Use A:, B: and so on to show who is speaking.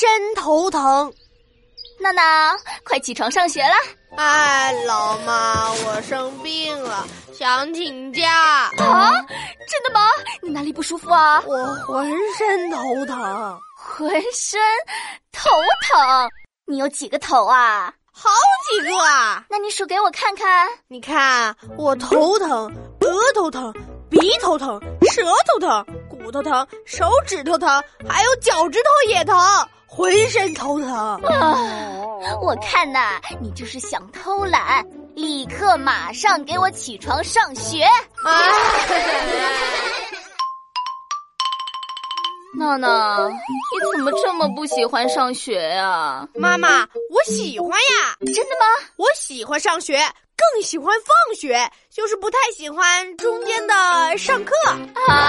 A: 真头疼。
B: 娜娜，快起床上学啦！
C: 哎，老妈，我生病了，想请假。
B: 啊，真的吗？你哪里不舒服啊？
A: 我浑身头疼，
B: 浑身头疼。你有几个头啊？
C: 好几个啊！
B: 那你数给我看看。
C: 你看，
A: 我头疼，额头疼，鼻头疼，舌头疼，骨头疼，手指头疼，还有脚趾头也疼，浑身头疼。
B: 啊，我看呐、你就是想偷懒，立刻马上给我起床上学。
C: 哎，
B: 娜娜，你怎么这么不喜欢上学呀、
C: 妈妈，我喜欢呀，
B: 真的吗？
C: 我喜欢上学，更喜欢放学，就是不太喜欢中间的上课。
B: 啊，